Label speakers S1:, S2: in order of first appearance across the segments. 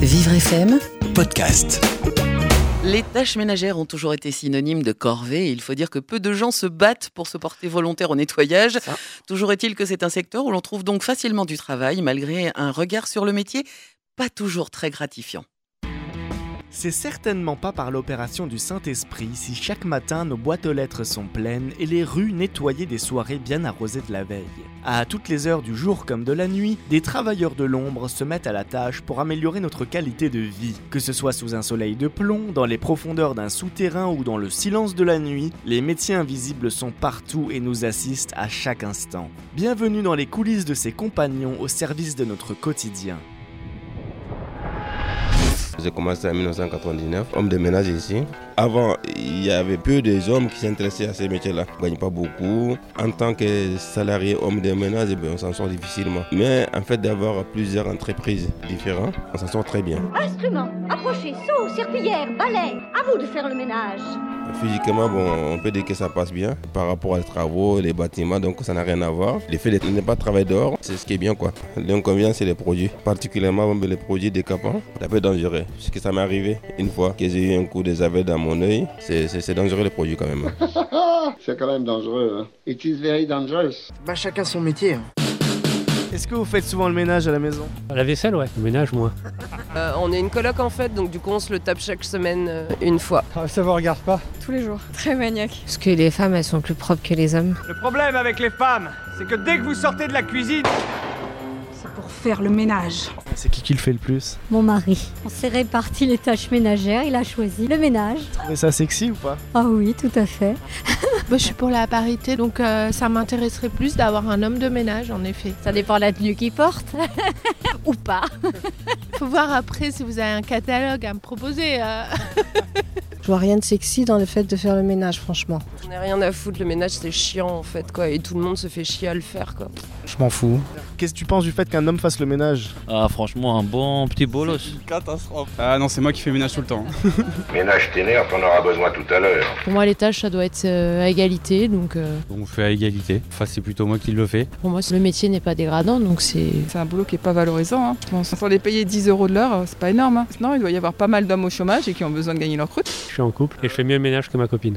S1: Vivre FM,
S2: podcast.
S3: Les tâches ménagères ont toujours été synonymes de corvée. et Il faut dire que peu de gens se battent pour se porter volontaire au nettoyage. Toujours est-il que c'est un secteur où l'on trouve donc facilement du travail, malgré un regard sur le métier pas toujours très gratifiant.
S4: C'est certainement pas par l'opération du Saint-Esprit si chaque matin nos boîtes aux lettres sont pleines et les rues nettoyées des soirées bien arrosées de la veille. À toutes les heures du jour comme de la nuit, des travailleurs de l'ombre se mettent à la tâche pour améliorer notre qualité de vie. Que ce soit sous un soleil de plomb, dans les profondeurs d'un souterrain ou dans le silence de la nuit, les métiers invisibles sont partout et nous assistent à chaque instant. Bienvenue dans les coulisses de ces compagnons au service de notre quotidien.
S5: J'ai commencé en 1999, homme de ménage ici. Avant, il y avait peu des hommes qui s'intéressaient à ces métiers-là. On ne gagne pas beaucoup. En tant que salarié homme de ménage, eh bien, on s'en sort difficilement. Mais en fait, d'avoir plusieurs entreprises différentes, on s'en sort très bien.
S6: Instruments, approchez, seaux, serpillières, balais. À vous de faire le ménage.
S5: Physiquement, bon, on peut dire que ça passe bien par rapport aux travaux, les bâtiments, donc ça n'a rien à voir. Le fait de ne pas travailler dehors, c'est ce qui est bien quoi. L'inconvénient, c'est les produits, particulièrement bon, ben, les produits décapants. C'est un peu dangereux. Ce que ça m'est arrivé une fois que j'ai eu un coup de javel dans mon œil, c'est- c'est c'est dangereux les produits quand même.
S7: C'est quand même dangereux. Hein. It is very dangerous.
S8: Bah chacun son métier.
S4: Est-ce que vous faites souvent le ménage à la maison
S9: La vaisselle, ouais. Le ménage, moins.
S10: Euh, on est une coloc en fait, donc du coup on se le tape chaque semaine euh, une fois.
S4: Ah,
S8: ça vous regarde pas
S11: tous les jours. Très maniaque.
S1: parce que les femmes, elles sont plus propres que les hommes.
S9: Le problème avec les femmes, c'est que dès que vous sortez de la cuisine,
S11: C'est pour faire le ménage.
S4: C'est qui qui le fait le plus
S6: Mon mari, on s'est réparti les tâches ménagères, il a choisi le ménage.
S4: trouvez ça sexy ou pas
S6: Ah oui, tout à fait.
S11: Bah, je suis pour la parité, donc euh, ça m'intéresserait plus d'avoir un homme de ménage, en effet.
S6: Ça dépend de la tenue qu'il porte. Ou pas.
S11: Faut voir après si vous avez un catalogue à me proposer. euh.
S10: Je vois rien de sexy dans le fait de faire le ménage, franchement. J'en ai rien à foutre, le ménage c'est chiant en fait quoi, et tout le monde se fait chier à le faire quoi.
S9: je m'en fous.
S4: Qu'est-ce que tu penses du fait qu'un homme fasse le ménage
S9: Ah, franchement, un bon petit bolos.
S2: Ah non, c'est moi qui fais ménage tout le temps.
S12: Ménage tes nerfs, t'en auras besoin tout à l'heure.
S11: Pour moi, les tâches, ça doit être euh, à égalité, donc euh,
S2: On fait à égalité. Enfin, c'est plutôt moi qui le fais.
S11: pour moi, le métier n'est pas dégradant, donc c'est.
S10: C'est un boulot qui est pas valorisant, hein. je pense. Sans les payer 10 euros de l'heure, euh, c'est pas énorme. Non, il doit y avoir pas mal d'hommes au chômage et qui ont besoin de gagner leur croûte.
S9: Je suis en couple et je fais mieux le ménage que ma copine.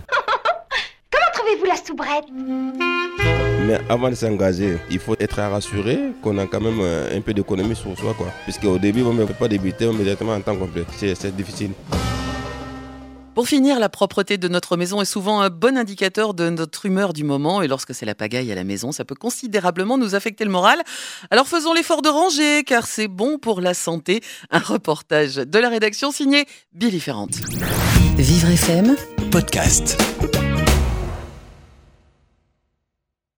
S6: Trouvez-vous la soubrette
S5: Mais avant de s'engager, il faut être rassuré qu'on a quand même euh, un peu d'économie sur soi quoi. Puisque au début, ben, on ne peut pas débuter immédiatement en temps complet. C'est c'est difficile.
S3: Pour finir, la propreté de notre maison est souvent un bon indicateur de notre humeur du moment et lorsque c'est la pagaille à la maison, ça peut considérablement nous affecter le moral. Alors faisons l'effort de ranger car c'est bon pour la santé. Un reportage de la rédaction signé Billy Ferrante.
S1: Vivre FM,
S2: Podcast.